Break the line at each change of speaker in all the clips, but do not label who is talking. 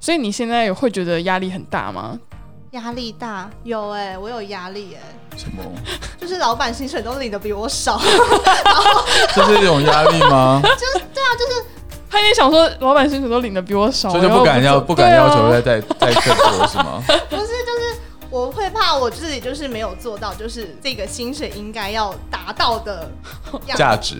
所以你现在有会觉得压力很大吗？
压力大，有哎、我有压力哎、
什么？
就是老板薪水都领的比我少，
这是一种压力 吗？
他也想说，老板薪水都领的比我少，
所以就不敢
然后
要
我
不敢要求
对啊
再再再更多是 吗？
不是就是我会怕我自己就是没有做到，就是这个薪水应该要达到的样子
价值。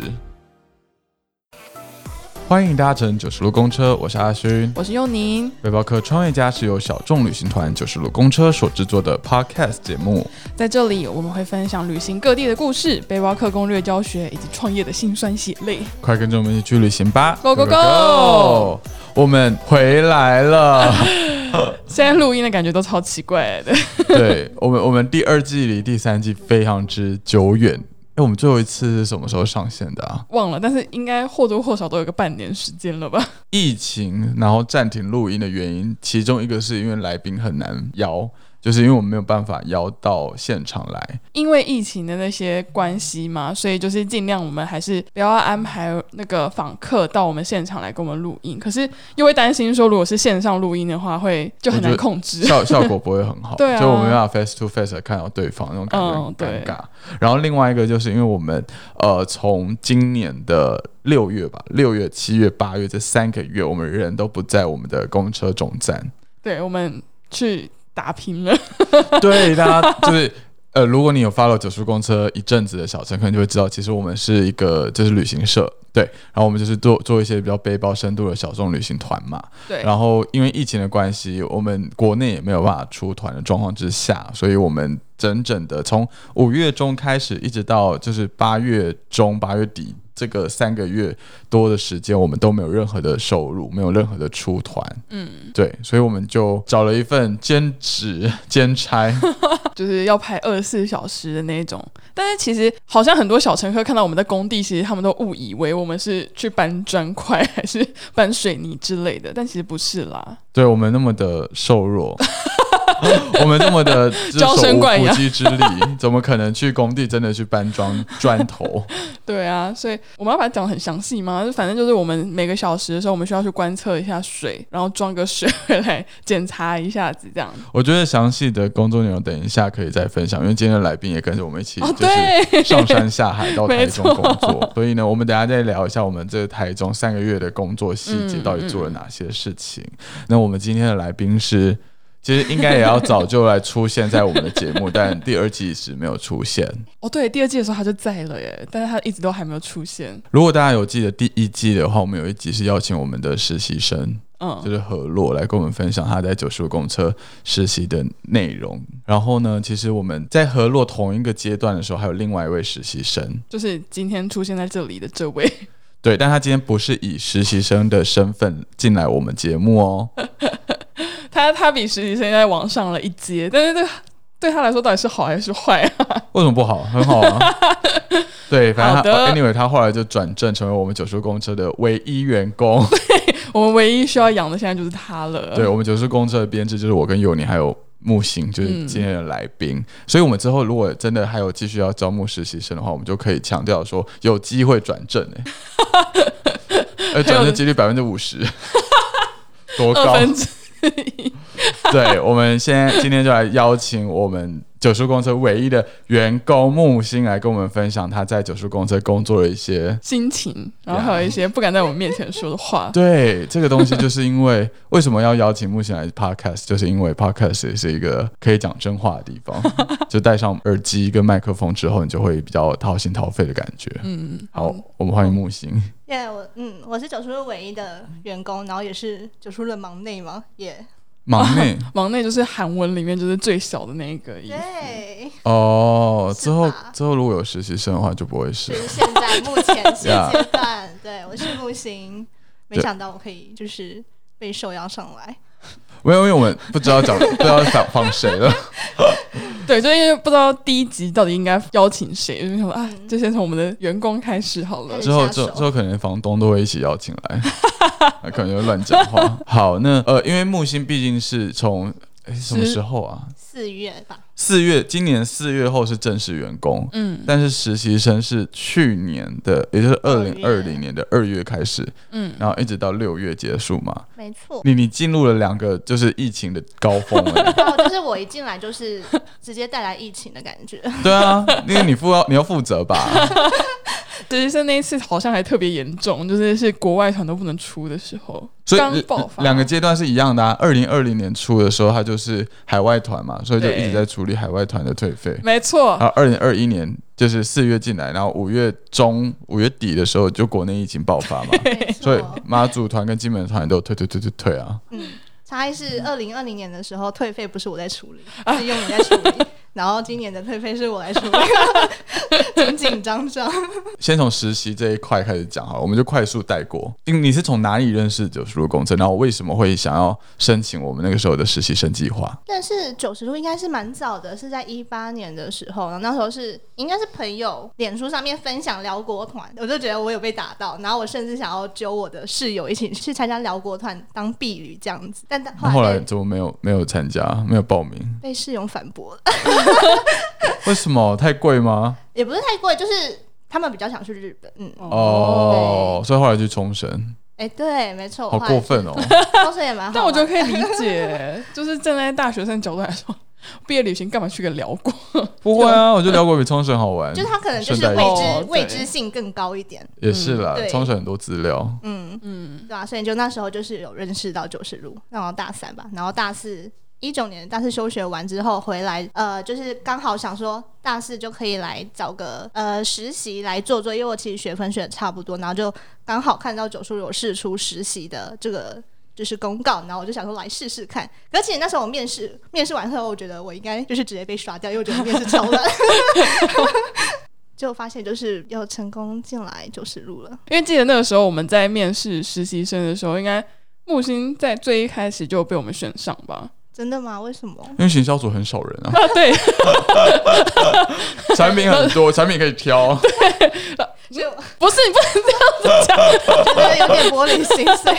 欢迎搭乘九十路公车，我是阿勋。
我是佑宁，
背包客创业家是由小众旅行团九十路公车所制作的 podcast 节目。
在这里我们会分享旅行各地的故事、背包客攻略教学以及创业的辛酸血泪。
快跟着我们一起去旅行吧
Go, go,
go！我们回来了。
现在录音的感觉都超奇怪的，
对我们，我们第二季离第三季非常之久远。哎，我们最后一次是什么时候上线的啊？
忘了，但是应该或多或少都有个半年时间了吧？
疫情，然后暂停录音的原因，其中一个是因为来宾很难邀，就是因为我们没有办法邀到现场来。
因为疫情的那些关系嘛，所以就是尽量我们还是不要安排那个访客到我们现场来跟我们录音。可是又会担心说，如果是线上录音的话，会就很
我
难
觉得
控制。
效效果不会很好，
对啊
就我们没办法 face to face 地看到对方那种感觉
嗯
很
对
尴尬。然后另外一个就是因为我们呃从今年的六月吧，六月、七月、八月这三个月，我们人都不在我们的公车总站，
对我们去打拼了，
对，大家 就是。呃，如果你有 follow 九叔公车一阵子的小陈，可能就会知道，其实我们是一个就是旅行社，对，然后我们就是做做一些比较背包深度的小众旅行团嘛，
对，
然后因为疫情的关系，我们国内也没有办法出团的状况之下，所以我们整整的从五月中开始，一直到就是八月中、八月底这个三个月多的时间，我们都没有任何的收入，没有任何的出团。
嗯，
对，所以我们就找了一份兼职兼差。
就是要拍二十四小时的那一种。但是其实好像很多小乘客看到我们的工地，其实他们都误以为我们是去搬砖块还是搬水泥之类的，但其实不是啦。
对我们那么的 瘦弱，我们那么的就是
娇生
手无
惯
缚
养
鸡之力，怎么可能去工地真的去搬 砖砖头？
对啊，所以我们要把它讲的很详细嘛，反正就是我们每个小时的时候，我们需要去观测一下水，然后装个水回来检查一下子这样。
我觉得详细的工作内容等一下可以再分享，因为今天的来宾也跟着我们一起
哦，
就是
对，
上山下海到台中
没
工
错
作，所以呢，我们等一下再聊一下我们这台中三个月的工作细节
嗯
到底做了哪些事情。那我们今天的来宾是。其实应该也要早就来出现在我们的节目，但第二季时没有出现。
哦，对，第二季的时候他就在了耶，但是他一直都还没有出现。
如果大家有记得第一季的话，我们有一集是邀请我们的实习生，
嗯，
就是何洛来跟我们分享他在九十五公车实习的内容。然后呢，其实我们在何洛同一个阶段的时候，还有另外一位实习生，
就是今天出现在这里的这位，
对，但他今天不是以实习生的身份进来我们节目哦。
他他比实习生在往上了一阶，但是这个对他来说到底是好还是坏啊？
为什么不好？很 好啊。对，反正
好
他
的
呃 anyway，他后来就转正成为我们九叔公车的唯一员工。
我们唯一需要养的现在就是他了。
对，我们九叔公车的编制就是我跟佑宁还有木星，就是
嗯
今天的来宾。所以，我们之后如果真的还有继续要招募实习生的话，我们就可以强调说有机会转正 哎、欸，而转正几率百分之五十，多
二
高？
分之
对，我们现在今天就来邀请我们九叔公车唯一的员工木星来跟我们分享他在九叔公车工作的一些。
心情，然后还有一些不敢在我们面前说的话。
对，这个东西就是因为为什么要邀请木星来 podcast，就是因为 podcast 也是一个可以讲真话的地 方。就戴上耳机跟麦克风之后，你就会比较掏心掏肺的感觉。
嗯，
好，我们欢迎木星。
耶我嗯，我是九叔唯一的员工，然后也是九叔的忙内嘛，耶、
忙内
忙内就是韩文里面就是最小的那一个音。
对，
哦，
是
之后
吧
之后如果有实习生的话，就不会是
就。是现在目前 现阶段，对我是木星，没
对
想到我可以就是被受邀上来，
没有，因为我们不知 道讲，不知道想放谁了。
对，就因为不知道第一集到底应该邀请谁，就想说啊，
嗯
就先从我们的员工开始好了
开。始
之后，
下
之后
手
之后可能房东都会一起邀 请来，那可能就乱讲话。好，那呃，因为木星毕竟是从哎，什么时候啊？
四月吧，
四月，今年四月后是正式员工，
嗯
但是实习生是去年的，也就是二
二月
零二零年的二月开始，
嗯，
然后一直到六月结束嘛。
没错。
你你进入了两个就是疫情的高峰 了，
然后哦就是我一进来就是直接带来疫情的感觉，
对啊，因为你负要你要负责吧？
实习生那一次好像还特别严重，就是是国外团都不能出的时候，
所以
刚爆发
两个阶段是一样的啊。二零二零年初的时候，他就是海外团嘛，所以就一直在处理海外团的退费。
没错
然，后二零二一年就是四月进来，然后五月中、五月底的时候就国内疫情爆发嘛，
没
所以
错。
马祖团跟金门团都有退退退退退啊。
嗯，啊差异是二零二零年的时候退费不是我在处理，是用你在处理。 然后今年的退费是我来处理， 紧紧张张。
先从实习这一块开始讲好了，我们就快速带过。你你是从哪里认识九十路公司？然后为什么会想要申请我们那个时候的实习生计划？
但是九十度应该是蛮早的，是在一八年的时候，然后那时候是应该是朋友脸书上面分享辽国团，我就觉得我有被打到，然后我甚至想要揪我的室友一起去参加辽国团当婢女这样子，但但
那
后
后
来
来
被
怎么没有没有参加，没有报名？
被室友反驳了，
为什么？太贵吗？
也不是太贵，就是他们比较想去日本，嗯，
哦，所以后来去冲绳，
哎、对，没错，
好
我后来
过分哦！
当时也啊蛮好玩的，
但我觉得可以理解，欸就是站在大学生角度来说，毕业旅行干嘛去个辽国？
不会啊，我觉得辽国比冲绳好玩，
就是他可能就是
顺带
未
一
知、
提
哦对
未知性更高一点，
也是啦
嗯，对
冲绳很多资料。
嗯，
嗯，
对啊，所以就那时候就是有认识到九十路，然后大三吧，然后大四一九年大四休学完之后回来，呃，就是刚好想说大四就可以来找个呃实习来做做，因为我其实学分学的差不多，然后就刚好看到九十路有试出实习的这个。就是公告，然后我就想说来试试看。而且那时候我面试，面试完之后，我觉得我应该就是直接被刷掉，因为我觉得面试超烂。 结果发现就是又成功进来九十路了。
因为记得那个时候我们在面试实习生的时候，应该木星在最一开始就被我们选上吧？
真的吗？为什么？
因为行销组很少人啊，
啊，对，
产品很多，产品可以挑。
所以我
不是，不
就觉得有点玻璃心碎。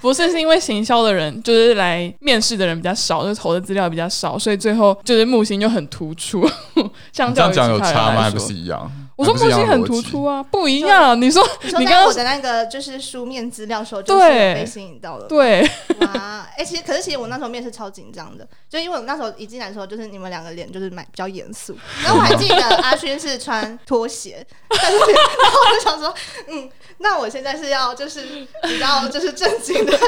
不是，是因为行销的人就是来面试的人比较少，就是投的资料比较少，所以最后就是木星就很突出。 相
你
较
这样
于
讲有
其他人
差吗？
来
还
说
不是一样？
我说
还
木
不是一样
星很
逻辑
突出啊，不一样。你说
你说
你
在
刚
我
刚
的那个就是书面资料时候，就是有
对
被吸引到了。
对，
哇，哎、其实可是其实我那时候面试超紧张的，就因为我那时候一进来的时候，就是你们两个脸就是蛮比较严 肃，然后我还记得阿勋是穿拖鞋，但是然后我就想说，嗯，那我现在是要就是比较就是正经的，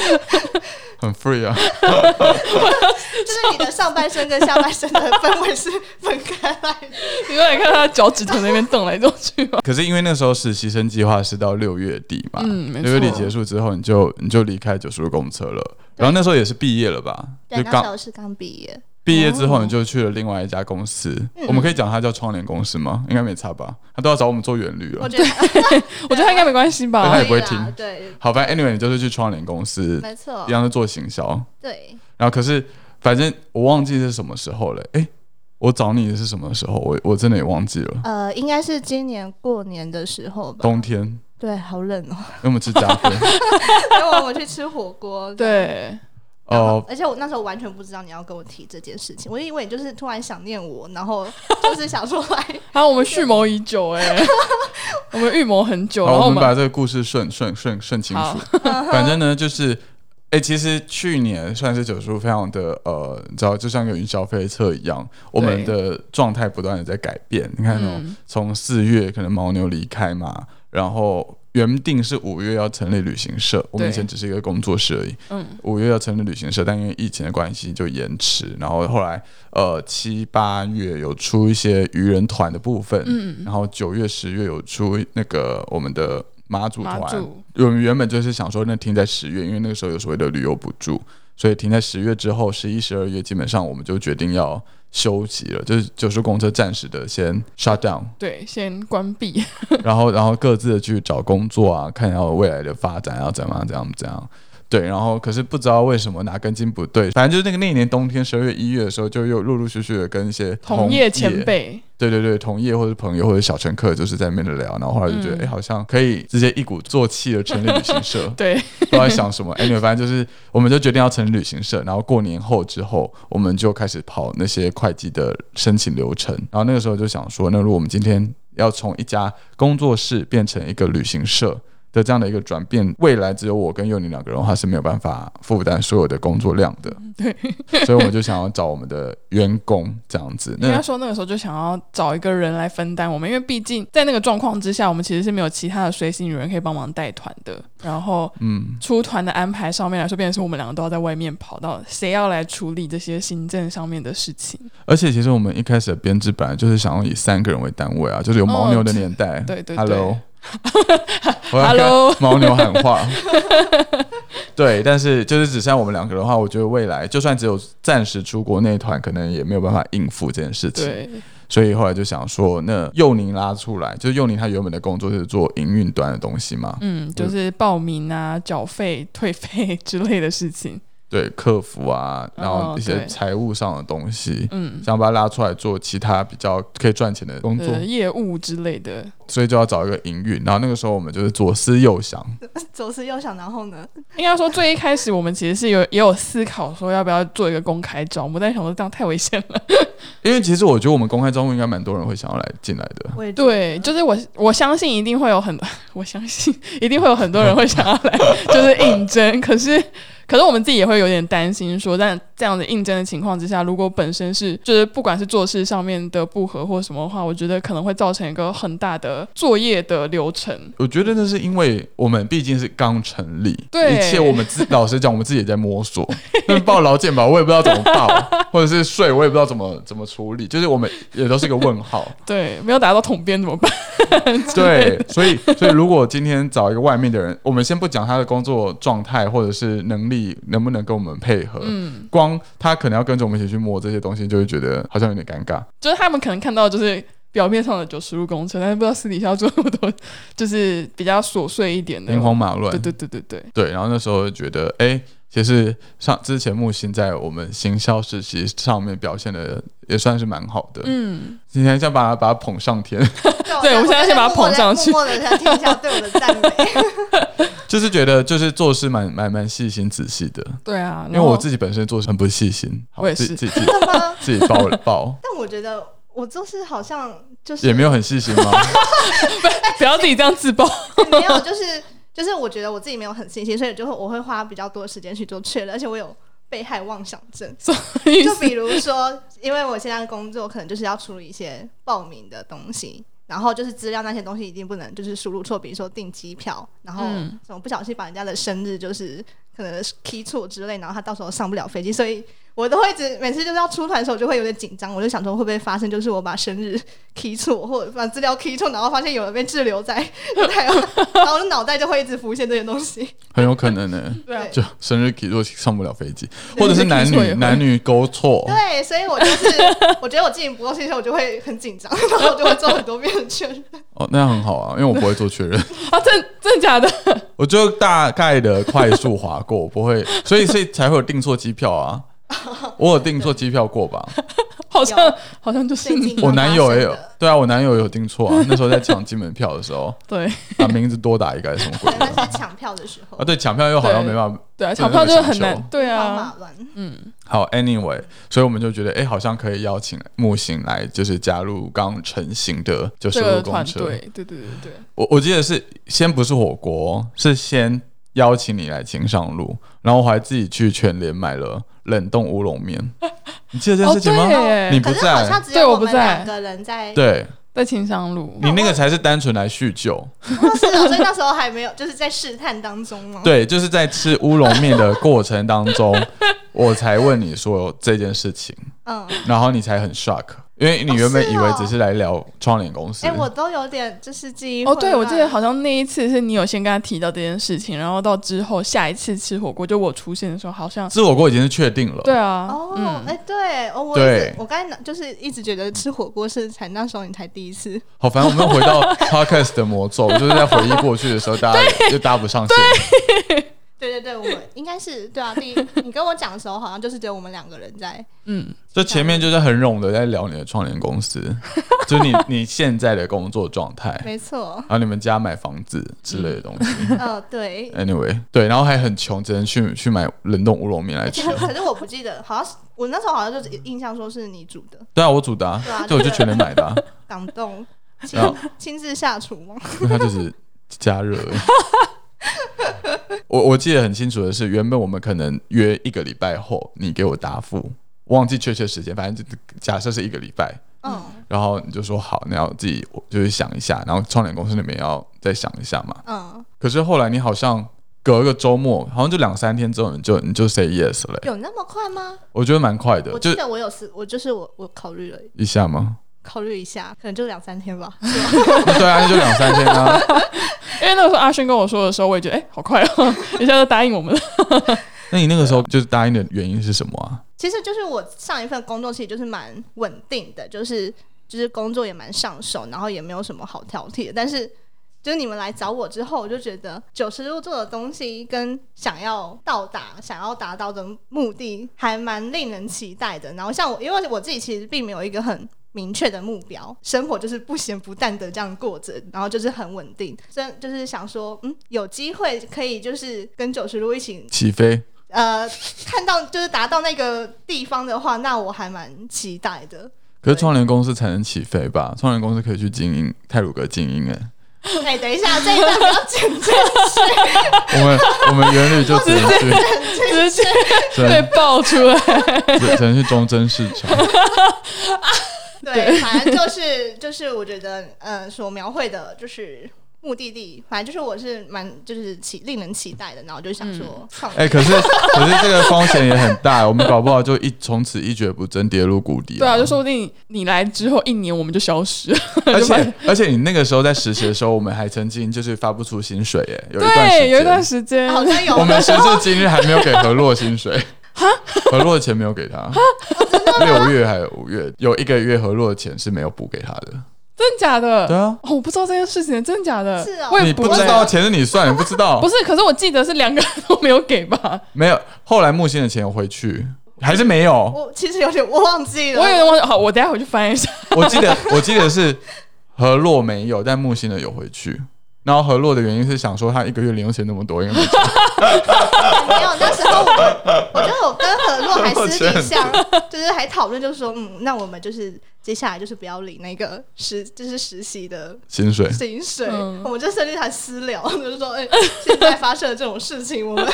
很 free 啊。
就是你的上半身跟下半身的氛围是分开来的。
你们来看他脚趾头那边动来动去吧。
可是因为那时候实习生计划是到六月底嘛，
嗯没错
六月底结束之后，你就你就离开九十路公车了。然后那时候也是毕业了吧？就
对，那时
刚
候嗯是刚毕业，
毕业之后，你就去了另外一家公司。
嗯
我们可以讲它叫窗帘公司吗？应该没差吧？他都要找我们做远旅
我
了。
觉得 啊
我觉得他应该没关系
对他
吧
也。不会
可以啦对，
好，反正 anyway，你就是去窗帘公司，
没错
一，样是做行销。
对。
然后可是反正我忘记是什么时候了。诶，我找你是什么时候？我我真的也忘记了。
呃，应该是今年过年的时候吧。
冬天，因
对，好冷哦，
为我 们吃加菲。
因为我们去吃火 锅。
对，
然后
哦，
而且我那时候完全不知道你要跟我提这件事情，我以为你就是突然想念我，然后就是想说哎来
还有我们蓄谋已久哎、我们预谋很久，然
好，
后
我
我
们
们
把这个故事顺顺顺顺清
好
楚。反正呢，就是，哎、其实去年算是九叔非常的呃，你知道，就像个云霄飞车一样，我们的状态不断的在改变。你看哦
嗯，
从四、月可能牦牛离开嘛，然后。原定是五月要成立旅行社，我们以前只是一个工作室而已。
嗯，
五月要成立旅行社，但因为疫情的关系就延迟。然后后来呃七八月有出一些愚人团的部分，
嗯
然后九月十月有出那个我们的马祖团
马，祖
我们原本就是想说，那停在十月，因为那个时候有所谓的旅游补助，所以停在十月之后，十一、十二月基本上我们就决定要休息了，就是九叔公车暂时的先 shut down，
对先关闭，
然后然后各自的去找工作啊，看一下未来的发展要怎么样，怎么样，怎么样。对，然后可是不知道为什么哪根筋不对，反正就是那个那一年冬天十二月一月的时候，就又陆陆续续的跟一些
同业前，辈，
对对对，同业或者朋友或者小乘客，就是在那边的聊，然后后来就觉得，
嗯，
哎、好像可以直接一鼓作气的成立旅行社
对，
不知道在想什么。anyway，反 正就是我们就决定要成立旅行社，然后过年后之后，我们就开始跑那些会计的申请流程。然后那个时候就想说，那如果我们今天要从一家工作室变成一个旅行社。的这样的一个转变，未来只有我跟佑宁两个人的话是没有办法负担所有的工作量的，对，所以我们就想要找我们的员工这样子。
应该
那
说那个时候就想要找一个人来分担我们，因为毕竟在那个状况之下，我们其实是没有其他的随行女人可以帮忙带团的。然后
嗯，
出团的安排上面来说，变成是我们两个都要在外面跑到，谁要来处理这些行政上面的事情？
而且其实我们一开始的编制本来就是想要以三个人为单位啊，就是有牦牛的年代。
对对对
Hello，我要跟
Hello，
牦牛喊话。对，但是就是只剩下我们两个的话，我觉得未来就算只有暂时出国那一团，可能也没有办法应付这件事情。
对，
所以后来就想说，那幼宁拉出来，就是幼宁他原本的工作是做营运端的东西嘛，
嗯，就是报名啊、缴费、退费 之类的事情。
对，客服啊，然后
哦
一些
对
财务上的东西，
嗯，
想把他拉出来做其他比较可以赚钱的工作
呃，。业务之类的。
所以就要找一个营运。然后那个时候我们就是左思右想，
左思右想，然后呢，
应该说，最一开始我们其实是有也有思考说要不要做一个公开招募，但想说这样太危险了。
因为其实我觉得我们公开招募应该蛮多人会想要来进来的。
我也觉得
对，就是我我相信一定会有很， 我相信一定会有很多人会想要 来就是应征，可是。可是我们自己也会有点担心说但这样的应征的情况之下，如果本身是就是不管是做事上面的不合或什么的话，我觉得可能会造成一个很大的作业的流程。
我觉得那是因为我们毕竟是刚成立，
对
一切我们自老实讲，我们自己也在摸索。 那报劳健保我也不知道怎么报，或者是税我也不知道怎么怎么处理，就是我们也都是一个问号。
对，没有达到统编怎么办？
对，所以所以如果今天找一个外面的人，我们先不讲他的工作状态或者是能力能不能跟我们配合，嗯，光他可能要跟着我们一起去摸这些东西，就会觉得好像有点尴尬。
就是他们可能看到就是表面上的九十路工程，但是不知道私底下做那么多，就是比较琐碎一点的
兵。荒马乱。
对对对对对，
对然后那时候就觉得，哎、其实上之前木星在我们行销实习上面表现的也算是蛮好的，
嗯，
今天想把它把它捧上天，
对我现在先把它
默默
捧
地
上去
默默的听一下对我的赞 美。
就是觉得就是做事蛮蛮蛮细心仔细的，
对啊，
因为
然后
我自己本身做事很不细心，好
我也
自
是
己自己
真的吗？
自己自己爆爆，
但我觉得我做事好像就是
也没有很细心吗？
不要自己这样自爆，
没有，就是就是我觉得我自己没有很信心，所以就会我会花比较多时间去做确认，而且我有被害妄想症。
意
就
思
比如说，因为我现在工作可能就是要处理一些报名的东西，然后就是资料那些东西一定不能就是输入错，比如说订机票，然后
嗯
什么不小心把人家的生日就是可能 key 错之类，然后他到时候上不了飞机，所以我都会一直每次就是要出团的时候我就会有点紧张，我就想说会不会发生就是我把生日 key 错或者把资料 key 错，然后发现有人被滞留在 台湾，然后我的脑袋就会一直浮现这些东西。
很有可能呢、
对啊，
就生日如果上不了飞机，或者是男
对
女男女勾错，
对，所以我 就是我觉得我自己不够信心，我就会很紧张， 然后我就会做很多遍的确认。
哦，那样很好啊，因为我不会做确认，
啊，真真的假的？
我就大概的快速划过，我不 会，所以所以才会有订错机票啊。我有订错机票 过吧？
好像好像就是
最
你
近
我男友也有
发生的，
对啊，我男友有订错啊。那时候在抢金门票的时候，
对
把名字多打一个还是什么 鬼
对，啊
的
那是抢票的时候
啊？，对，抢票又好像没办法。
对啊，
真
抢
的
票就是很
想
难，对
帮
啊，
马乱。
好，anyway，所以我们就觉得，哎、好像可以邀请木星来，就是加入刚成型的，就是
这个
公
团
车。
队，对对对对
我我记得是先不是火锅，是先邀请你来请上路，然后我还自己去全联买了冷冻乌龙面。你记得这件
哦
事情吗？
对
你
耶，
不
可是好
在
像，只
对
有
我
我
不
们
在
两个人在，
对
在青山路，
你那个才是单纯来叙旧，
哦是哦，所以那时候还没有，就是在试探当中吗？
对，就是在吃乌龙面的过程当中，我才问你说这件事情，
嗯，
然后你才很 shock，因为你
哦
原本
是
以为
哦
只是来聊窗帘公司。
哎，我都有点就是记忆
哦，
混
对，我记得
乱
好像那一次是你有先跟他提到这件事情，然后到之后下一次吃火锅，就我出现的时候，好像
吃火锅已经是确定了，
对啊，
哦
嗯，
哎，对，哦，我一
对
直我刚才拿就是一直觉得吃火锅是才那时候你才第一次，
好，反正我们又回 到 podcast 的魔咒，就是在回忆过去的时候，大家就搭不上线。
对对对，我们应该是对啊。第一，你跟我讲的时候，好像就是只有我们两个人在。
嗯，
就前面就是很冗的在聊你的创联 公司，就是你你现在的工作状态，
没 错，
然后你们家买房子之类的东西。
呃，对。
Anyway，对，然后还很穷，只能去去买冷冻乌龙面来
而且
吃。
可是我不记得，好像是我那时候好像就是印象说是你煮的，
对啊，我煮的、啊
对啊，
就我去全联买 的、啊，
感动，亲
然后
亲自下厨吗？
因为它就是加热而已。我我记得很清楚的是，原本我们可能约一个礼拜后，你给我答复，忘记确切时间，反正就假设是一个礼拜，
嗯
然后你就说好，你要自己就是想一下，然后创联公司那边也要再想一下嘛。
嗯，
可是后来你好像隔个周末，好像就两三天之后，你就你就 say yes 了欸、
有那么快吗？
我觉得蛮快的
我，
就
记得我有思，我就是我我考虑了
一下吗？
考虑一下，可能就两三天吧。
对啊，那就两三天啊。
因为那个时候阿轩跟我说的时候，我也觉得哎、好快哦， 一下就答应我们了。
那你那个时候就是答应的原因是什么啊？
其实就是我上一份工作其实就是蛮稳定的，就是就是工作也蛮上手，然后也没有什么好挑剔的。但是就是你们来找我之后，我就觉得九十度做的东西跟想要到达、想要达到的目的还蛮令人期待的。然后像我，因为我自己其实并没有一个很。明确的目标，生活就是不咸不淡的这样过着，然后就是很稳定。所以就是想说，嗯，有机会可以就是跟九十度一起
起飞，
呃，看到就是达到那个地方的话，那我还蛮期待的。
可是创联公司才能起飞吧？创联公司可以去精英泰鲁格精英哎、
哎、等一 下，这一段不要剪掉，
我们我们原理就只能 去
直接
只
被
能
爆出来，
只只能去中贞市场。
对，反正就是就是，我觉得呃，所描绘的就是目的地，反正就是我是蛮就是期令人期待的，然后我就想
嗯
说创业，
哎、可是可是这个风险也很大，我们搞不好就一从此一蹶不振，跌入谷底、
对啊，就说不定你来之后一年我们就消失了，
而
就发
且而且你那个时候在实习的时候，我们还曾经就是发不出薪水耶，有一段时间，
对，有一段时间，
好像有
我们
那
时
时候
至今日还没有给何洛 薪水，何洛的钱没有给他，六月还有五月有一个月何洛的钱是没有补给他的，
真的假的？
对啊，
哦，我不知道这件事情，真的假的？
是哦
我也
你
不
不
知
知
道
道钱是你算，你不知道
不，是，可是我记得是两个人都没有给吧？
没有，后来木星的钱有回去。还是没有，
我其实有点我忘记了，
我有点忘记，好，我等一下回去翻一下。
我 记得我记得是何洛没有，但木星的有回去。然后何洛的原因是想说他一个月零用钱那么多，应该没钱
没有，那时候 我们，我觉得我跟何洛还私底下就是还讨论，就是说，嗯，那我们就是接下来就是不要领那个实就是实习的
薪 水。
薪水，
嗯
我们就甚至还私聊， 就是说， 哎、现在发生了这种事情，我们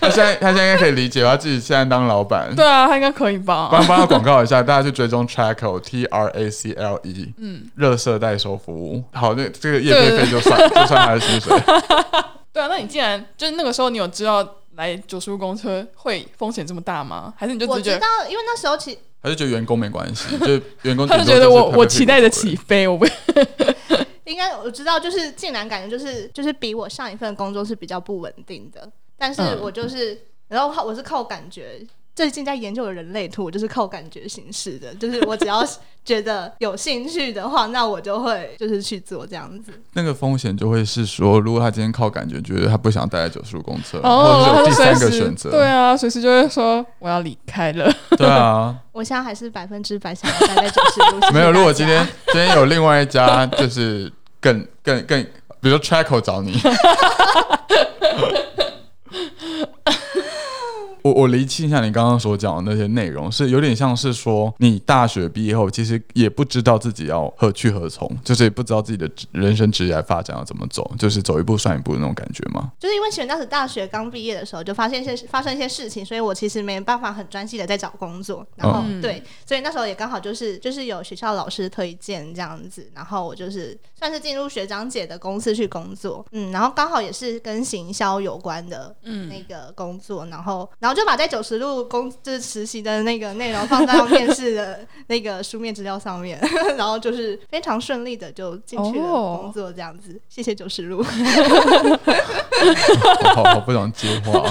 他现在他现在应该可以理解，他自己现在当老板。
对啊，他应该可以吧？
帮帮他广告一下，大家去追踪 Trackle T R A C L E，嗯，热色代收服务。好，那这个业
对
配
对
费就算 就算他的薪水。
对啊，那你既然就是那个时候，你有知道来九十五公车会风险这么大吗？还是你就
我
只觉
知
得
道，因为那时候其
他就觉得员工没关 系，就是员工
他就
顶多
觉得
是
我
拍拍
我
屁股
期待着
走人
起飞，我不
应该我知道，就是竟然感觉就是就是比我上一份工作是比较不稳定的，但是
嗯
我就是，然后靠我是靠感觉。最近在研究的人类图，我就是靠感觉行事的，就是我只要觉得有兴趣的话，那我就会就是去做这样子。
那个风险就会是说，如果他今天靠感觉觉得他不想待在九十五公车，
哦，然
或
后他就
者是有第
随
三个
时
选择，
对啊，随时就会说我要离开了。
对啊，
我现在还是百分之百想要待在九十度。谢 谢
没有，如果
大家
今天今天有另外一家，就是更更更，比如说 Traco 找你，我我厘清一下你刚刚所讲的那些内容，是有点像是说你大学毕业后，其实也不知道自己要何去何从，就是也不知道自己的职人生职业发展要怎么走，就是走一步算一步的那种感觉吗？
就是因为其实当时大学刚毕业的时候，就发现一些发生一些事情，所以我其实没办法很专心的在找工作。然后、
嗯
对，所以那时候也刚好就是就是有学校老师推荐这样子，然后我就是算是进入学长姐的公司去工作，嗯，然后刚好也是跟行销有关的
嗯
那个工作，然后然后就把在九十路工就是实习的那个内容放到面试的那个书面资料上面， 然后就是非常顺利的就进去了
哦
工作这样子。谢谢九十路。
好好不想接 话、哦。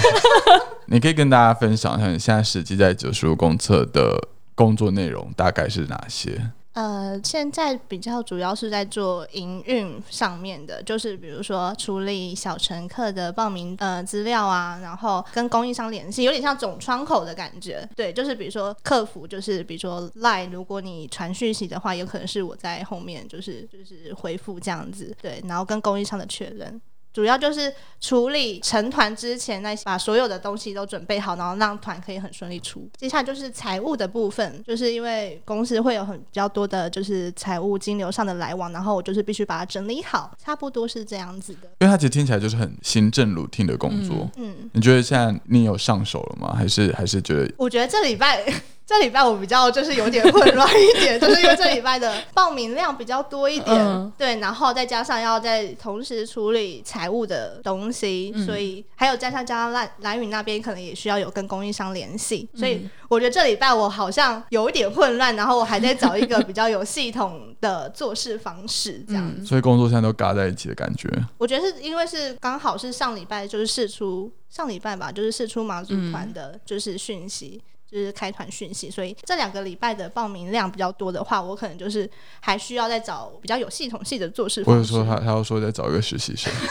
你可以跟大家分享一下你现在实际在九十五公测的工作内容大概是哪些？
呃，现在比较主要是在做营运上面的，就是比如说处理小乘客的报名呃资料啊，然后跟供应商联系，有点像总窗口的感觉。对，就是比如说客服，就是比如说 Line，如果你传讯息的话，有可能是我在后面，就是就是回复这样子。对，然后跟供应商的确认。主要就是处理成团之前那些，把所有的东西都准备好，然后让团可以很顺利出。接下来就是财务的部分，就是因为公司会有很比较多的，就是财务金流上的来往，然后我就是必须把它整理好，差不多是这样子的。
因为它其实听起来就是很行政 routine 的工作。
嗯，
你觉得现在你有上手了吗？还是还是觉得
我觉得这礼拜这礼拜我比较就是有点混乱一点，就是因为这礼拜的报名量比较多一点，
嗯
对，然后再加上要再同时处理财务的东西，所以还有加上加上蓝蓝宇那边可能也需要有跟供应商联系，所以我觉得这礼拜我好像有一点混乱，然后我还在找一个比较有系统的做事方式这样
嗯
子。
所以工作现在都嘎在一起的感觉？
我觉得是因为是刚好是上礼拜就是试出上礼拜吧，就是试出马祖团的，就是讯息。就是开团讯息，所以这两个礼拜的报名量比较多的话，我可能就是还需要再找比较有系统性的做事
或
方
者
式。
说他他要说再找一个实习生？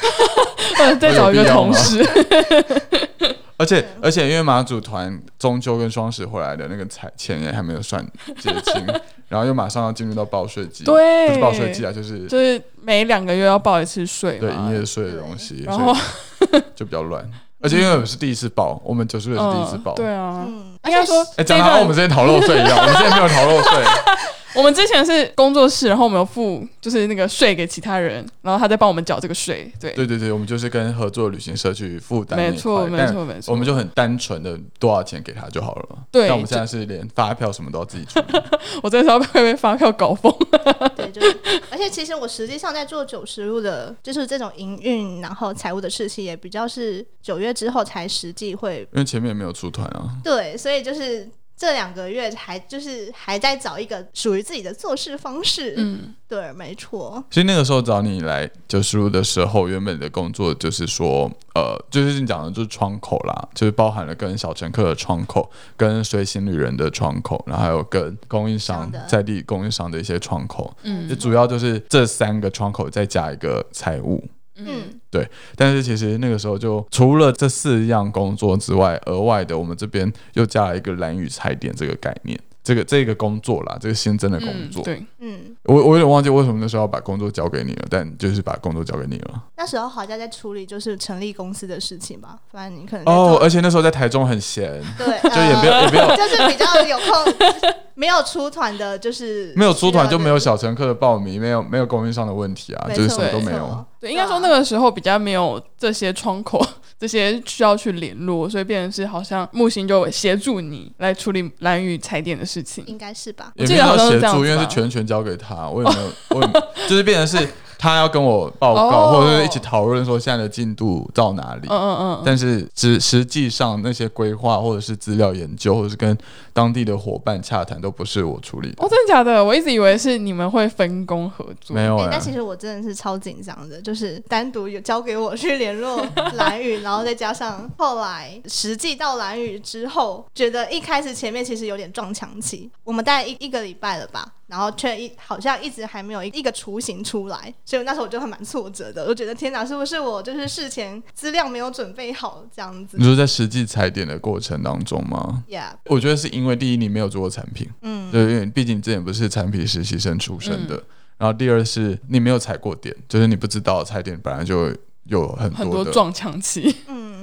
或者再找一个同事，
而且而且，因为马祖团中秋跟双十回来的那个彩钱也还没有算结 清，然后又马上要进入到报税季，
对
不是报税季啊，就是
就是每两个月要报一次税
对
嘛
营。业税的东西，
然后
所以 就比较乱。而且因为我们是第一次报，我们九十六是第一次报，
嗯，对啊，
嗯，
应该说这
哎，讲
一
的
段
好像我们之前逃漏税一样，我们之前没有逃漏税，
我们之前是工作室，然后我们有付就是那个税给其他人，然后他在帮我们缴这个税，对，
对对对，我们就是跟合作旅行社去负担那一
没错
块
没
但
错没错
我们就很单纯的多少钱给他就好了嘛。
对
但我们现在是连发票什么都要自己 处理，
我真的是要被被发票搞疯。
对，就是，而且其实我实际上在做九十路的，就是这种营运然后财务的事情，也比较是九月之后才实际会
因为前面也没有出团啊。
对，所以就是这两个月还就是还在找一个属于自己的做事方式。
嗯，
对，没错。
其实那个时候找你来九十路的时候，原本的工作就是说，呃，就是你讲的就是窗口啦，就是包含了跟小乘客的窗口、跟随行旅人的窗口，然后还有跟供应商
这样的
在地供应商的一些窗口，
嗯
就主要就是这三个窗口再加一个财务。
嗯，
但是其实那个时候就除了这四样工作之外，额外的我们这边又加了一个蓝雨踩点这个概念，这个这个工作啦，这个新增的工
嗯
作。
对，
嗯，
我我有点忘记为什么那时候要把工作交给你了，但就是把工作交给你了。
那时候好像在处理就是成立公司的事情吧，反正你可
嗯
能在
哦，
做
而且那时候在台中很 闲，
对，
就也没有、
呃
也没 有
就是比较有空，没有出团的，就是
没有出团
需要
就
的
没有小乘客的报名，没有没有供应商的问题啊，
没
就是
错
什么都
没
没有
错。
对，应该说那个时候比较没有这些窗口， 这些需要去联络，所以变成是好像木星就协助你来处理蓝宇踩点的事情。
应该是吧？
也
记
没
得
有
好像是
协
这样
助，
子
因为
吧
是全权交给他，我也没有，我也 没有就是变成是他要跟我报告，
哦
或者是一起讨论说现在的进度到哪里。
嗯嗯嗯嗯，
但是实实际上那些规划或者是资料研究，或者是跟当地的伙伴洽谈，都不是我处理的，
哦，真的假的？我一直以为是你们会分工合作。
没有啊
哎
啦。
但其实我真的是超紧张的，就是单独有交给我去联络 蓝宇，然后再加上后来实际到蓝宇之后，觉得一开始前面其实有点撞墙期，我们大概一一个礼拜了吧，然后却一好像一直还没有一个雏形出来，所以那时候我就还蛮挫折的，我觉得天哪，是不是我就是事前资料没有准备好这样子
你说在实际踩点的过程当中吗？
？Yeah，
我觉得是因为第一，你没有做过产品，
嗯，
对，因为毕竟你之前不是产品实习生出身的。然后第二是你没有踩过点，就是你不知道踩点本来就有很
很
多
多
的，
撞墙期，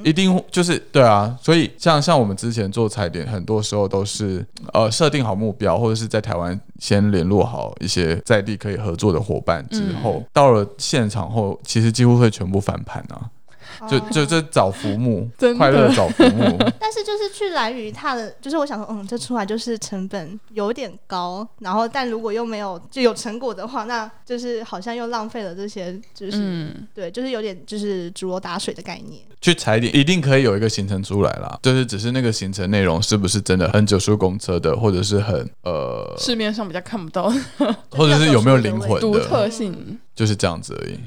一定就是对啊。所以像像我们之前做踩点，很多时候都是呃设定好目标，或者是在台湾先联络好一些在地可以合作的伙伴之后，
嗯
到了现场后，其实几乎会全部翻盘啊。就
哦
就这找浮木
真，的
快乐找浮木。
但是就是去蓝鱼它的，就是我想说，嗯，这出来就是成本有点高，然后但如果又没有就有成果的话，那就是好像又浪费了这些， 就是、
嗯，
对，就是有点就是竹篓打水的概念。
去踩点，一定可以有一个行程出来啦。就是只是那个行程内容是不是真的很九叔公车的，或者是很呃，
市面上比较看不到
或者是有没有灵魂
独
的，
特性。
就是这样子而已。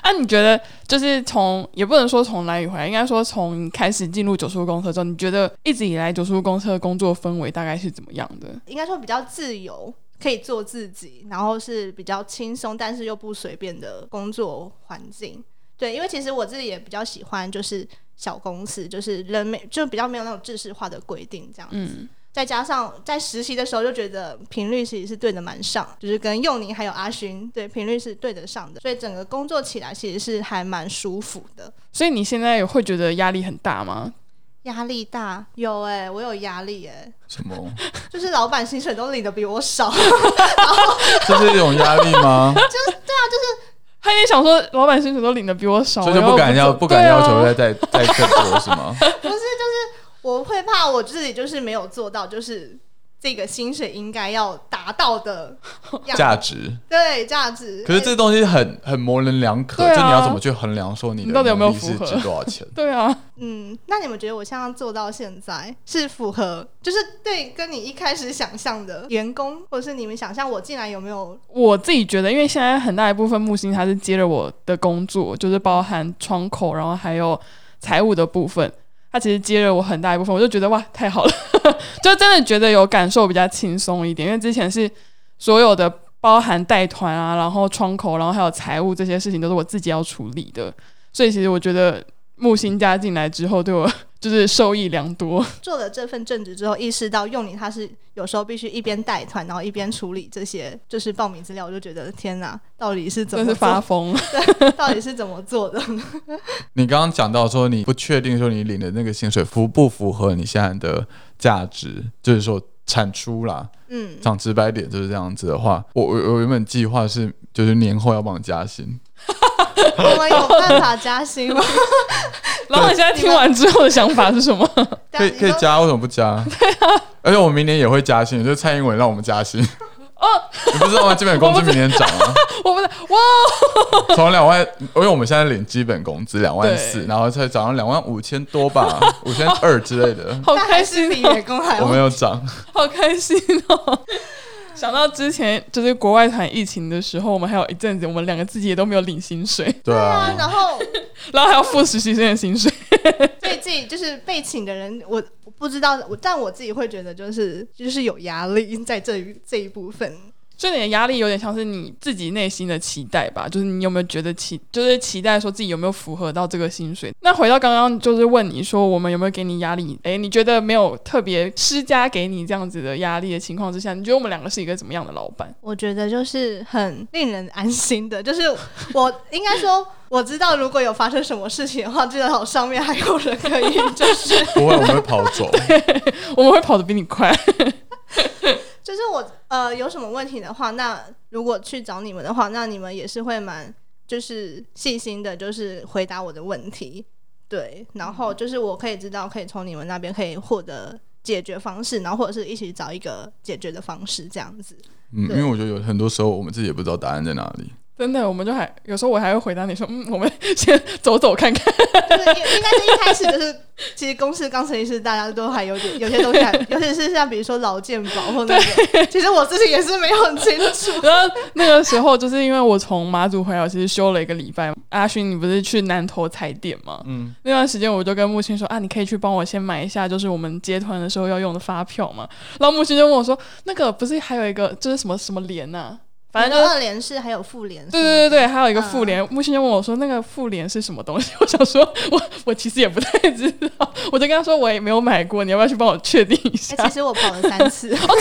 啊，你觉得就是从也不能说从蓝宇回来，应该说从你开始进入九叔公车之后，你觉得一直以来九叔公车的工作氛围大概是怎么样的？
应该说比较自由，可以做自己，然后是比较轻松，但是又不随便的工作环境。对，因为其实我自己也比较喜欢，就是小公司，就是人没就比较没有那种制式化的规定这样。
嗯，
再加上在实习的时候就觉得频率其实是对得蛮上，就是跟佑宁还有阿勋对频率是对得上的，所以整个工作起来其实是还蛮舒服的。
所以你现在有会觉得压力很大吗？
压力大有哎、我有压力哎、
什么？
就是老板薪水都领的比我少，
这是一种压力吗？
他也想说，老板薪水都领的比我少，
所以就不敢
然后
要，
我
不敢要求
对
再
啊
再再更多是吗？
不是就是我会怕我自己就是没有做到，就是这个薪水应该要达到的样
价值。
对价值。
可是这东西很很模棱两可，
对啊
就你要怎么去衡量说你的
你到底有没有
能力是
符合
值多少钱？
对啊，
嗯，那你们觉得我现在做到现在是符合，就是对跟你一开始想象的员工，或者是你们想象我进来有没有？
我自己觉得，因为现在很大一部分木星它是接了我的工作，就是包含窗口，然后还有财务的部分，它其实接了我很大一部分，我就觉得哇，太好了， 就真的觉得有感受比较轻松一点，因为之前是所有的包含带团啊，然后窗口，然后还有财务这些事情都是我自己要处理的，所以其实我觉得木星加进来之后，对我就是受益良多。
做了这份正职之后，意识到用你他是有时候必须一边带团，然后一边处理这些就是报名资料，我就觉得天哪，到底是怎
真
么
是发
做？
疯，
到底是怎么做的？
你刚刚讲到说你不确定说你领的那个薪水符不符合你现在的价值，就是说产出啦，
嗯，
讲直白点就是这样子的话，我我我原本计划是就是年后要帮你加薪，
我们有办法加薪吗？
老板现在听完之后的想法是什么？
可以
啊但你
可以
说
加，为什么不加？对啊，而且我明年也会加薪，就是蔡英文让我们加薪。哦， 你不知道吗？基本工资明年涨啊了，
我不是哇，
从两万，因为我们现在领基本工资两万四，
对
然后才涨到两万五千 多吧，五千二之类的。
好
但
开
还是
心
比
哦、
员工还
我
要
没有涨，
好开心哦！ 想到之前就是国外团疫情的时候，我们还有一阵子，我们两个自己也都没有领薪水，
对
啊，
啊，
然后
然后还要付实习生的薪水。
所以自己就是被请的人，我我不知道，我但我自己会觉得就是就是有压力在这一这一部分。
所以你的压力有点像是你自己内心的期待吧，就是你有没有觉得期，就是期待说自己有没有符合到这个薪水？那回到刚刚，就是问你说我们有没有给你压力？诶，你觉得没有特别施加给你这样子的压力的情况之下，你觉得我们两个是一个怎么样的老板？
我觉得就是很令人安心的，就是我应该说我知道如果有发生什么事情的话，至少上面还有人可以，就是
不会，我们会跑走。
我们会跑得比你快，
就是我呃有什么问题的话，那如果去找你们的话，那你们也是会蛮就是细心的，就是回答我的问题，对，然后就是我可以知道可以从你们那边可以获得解决方式，然后或者是一起找一个解决的方式这样子。
嗯，因
对
为我觉得有很多时候我们自己也不知道答案在哪里。
真的，我们就还有时候我还会回答你说，嗯，我们先走走看看。
就是应应该是一开始就是，其实公司刚成立时，大家都还有点有些东西还，尤其是像比如说劳健保或那个，其实我自己也是没有很清楚。
然后那个时候，就是因为我从马祖回来，我其实休了一个礼拜。阿勋，你不是去南投踩点吗？
嗯，
那段时间我就跟木星说啊，你可以去帮我先买一下，就是我们接团的时候要用的发票嘛。然后木星就问我说，那个不是还有一个就是什么什么联呐、反正就是。
二连是还有妇联，
对对对对，还有一个妇联，木星就问我说：“那个妇联是什么东西？”我想说，我我其实也不太知道， 我就跟他说我也没有买过，你要不要去帮我确定一下
哎、？其实我跑了三次，哦，真的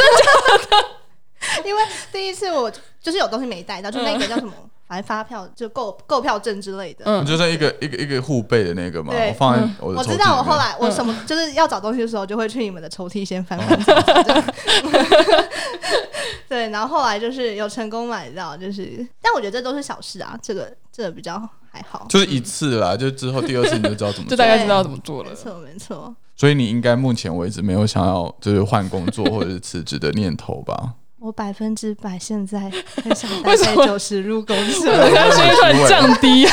假 的？因为第一次我就是有东西没带到，就那个叫什么，反正发票就购购票证之类的。
嗯
就在一个一个一个护背的那个嘛，
对嗯
我放在我的
我
抽屉
知
里
道，
面。
我后来我什么就是要找东西的时候，就会去你们的抽屉先翻翻找找。这 样对，然后后来就是有成功买到，就是，但我觉得这都是小事啊，这个这个比较还好。
就是一次啦，就之后第二次你就知道怎 么
就
做。
大概知道怎么做了
没。错，没错。
所以你应该目前为止没有想要就是换工作或者是辞职的念头吧？
我百分之百现在很想待
为什
在
么
九十入公 司。
我刚刚声音突然降低、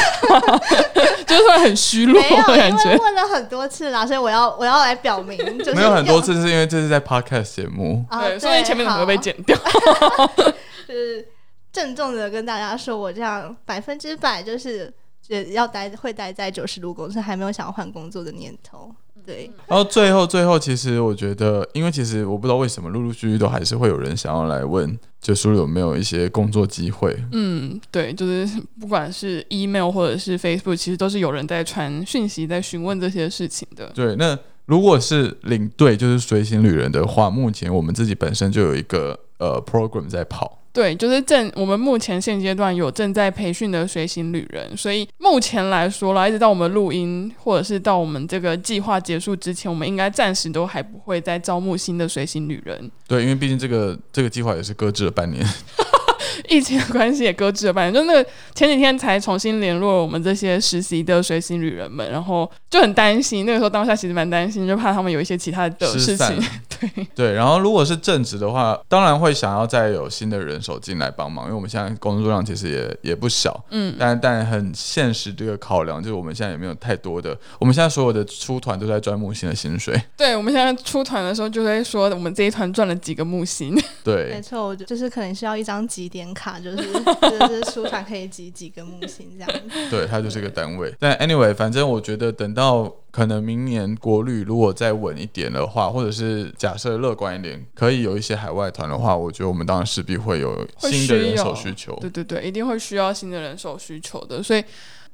就是突然很虚弱
没 有，
的感
因为
觉。
问了很多次啦，所以我要我要来表明， 就是
没有很
要
多次，是因为这是在 podcast 节目。
啊，
对，所以前面两个被
好
剪掉。
就是郑重的跟大家说，我这样百呃分之百就是。也要待会待在九十度公司，还没有想要换工作的念头。
嗯
对，
然后最后最后，其实我觉得，因为其实我不知道为什么，陆陆续续都还是会有人想要来问，就说有没有一些工作机会。
嗯，对，就是不管是 email 或者是 Facebook，其实都是有人在传讯息，在询问这些事情的。
对，那如果是领队，就是随行旅人的话，目前我们自己本身就有一个呃 program 在跑。
对，就是正我们目前现阶段有正在培训的随行旅人，所以目前来说啦，一直到我们录音或者是到我们这个计划结束之前，我们应该暂时都还不会再招募新的随行旅人。
对，因为毕竟这个这个计划也是搁置了半年。
疫情的关系也搁置了半年，就那个前几天才重新联络我们这些实习的随行旅人们，然后就很担心，那个时候当下其实蛮担心，就怕他们有一些其他的
失
事
散
情
了。
对，
对，然后如果是正职的话，当然会想要再有新的人手进来帮忙，因为我们现在工作量其实也也不小。
嗯，
但但很现实这个考量，就是我们现在也没有太多的，我们现在所有的出团都在赚木星的薪水。
对，我们现在出团的时候就会说，我们这一团赚了几个木星。
对
没，错，我就就是可能需要一张几点卡， 就是就是出团可以集几个木星这样 子。
对，它就是一个单位。但 anyway，反正我觉得等到可能明年国旅如果再稳一点的话，或者是假设乐观一点，可以有一些海外团的话，我觉得我们当然势必会有
会
新的
需
人手
要
需求。
对对对，一定会需要新的人手需求的，所以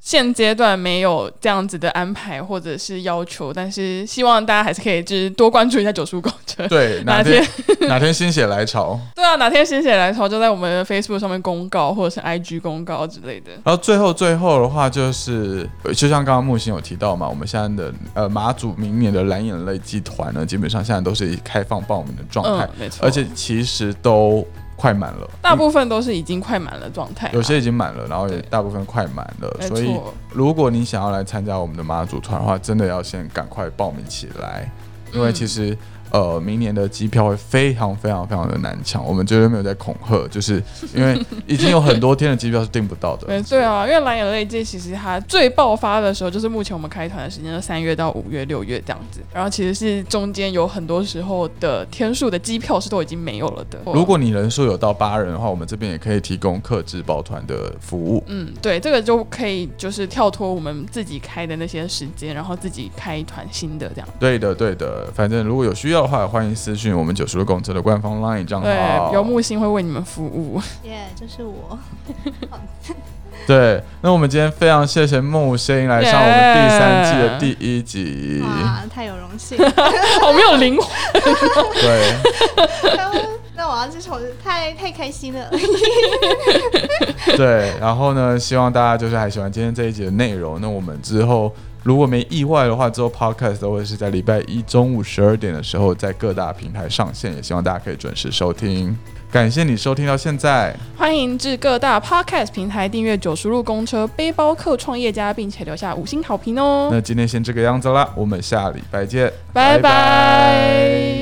现阶段没有这样子的安排或者是要求，但是希望大家还是可以就是多关注一下九叔公车。
对，哪
哪
天哪天心血来潮。
对啊，哪天心血来潮就在我们的 Facebook 上面公告，或者是 IG 公告之类的。
然后最后最后的话就是，呃就像刚刚木星有提到嘛，我们现在的呃马祖明年的蓝眼泪集团呢，基本上现在都是以开放报名的状态，
嗯，没错，
而且其实都快满了，
大部分都是已经快满了状态啦，
有些已经满了，然后也
对
大部分快满了，
没
所以
错，
如果你想要来参加我们的马祖团的话，真的要先赶快报名起来，因为
嗯
其实。呃，明年的机票会非常非常非常的难抢，我们绝对没有在恐吓，就是因为已经有很多天的机票是订不 到的。
对对啊，因为蓝眼泪季其实它最爆发的时候，就是目前我们开团的时间，就三月到五月、六月这样子。然后其实是中间有很多时候的天数的机票是都已经没有了的。
如果你人数有到八人的话，我们这边也可以提供客制抱团的服务。
嗯，对，这个就可以就是跳脱我们自己开的那些时间，然后自己开一团新的这样。
对的，对的，反正如果有需要的话，欢迎私讯我们九十路公车的官方 LINE 账号。
对，由木星会为你们服务。
耶、就是我，
对，那我们今天非常谢谢木星来上我们第三季的第一集。
哇，太有荣幸 了。
好没有灵魂，
对，
那我要自从太太开心了。
对，然后呢，希望大家就是还喜欢今天这一集的内容。那我们之后如果没意外的话，之后 podcast 都会是在礼拜一中午十二点的时候在各大平台上线，也希望大家可以准时收听。感谢你收听到现在，
欢迎至各大 podcast 平台订阅《九十路公车背包客创业家》，并且留下五星好评哦。
那今天先这个样子啦，我们下礼拜见，
拜拜。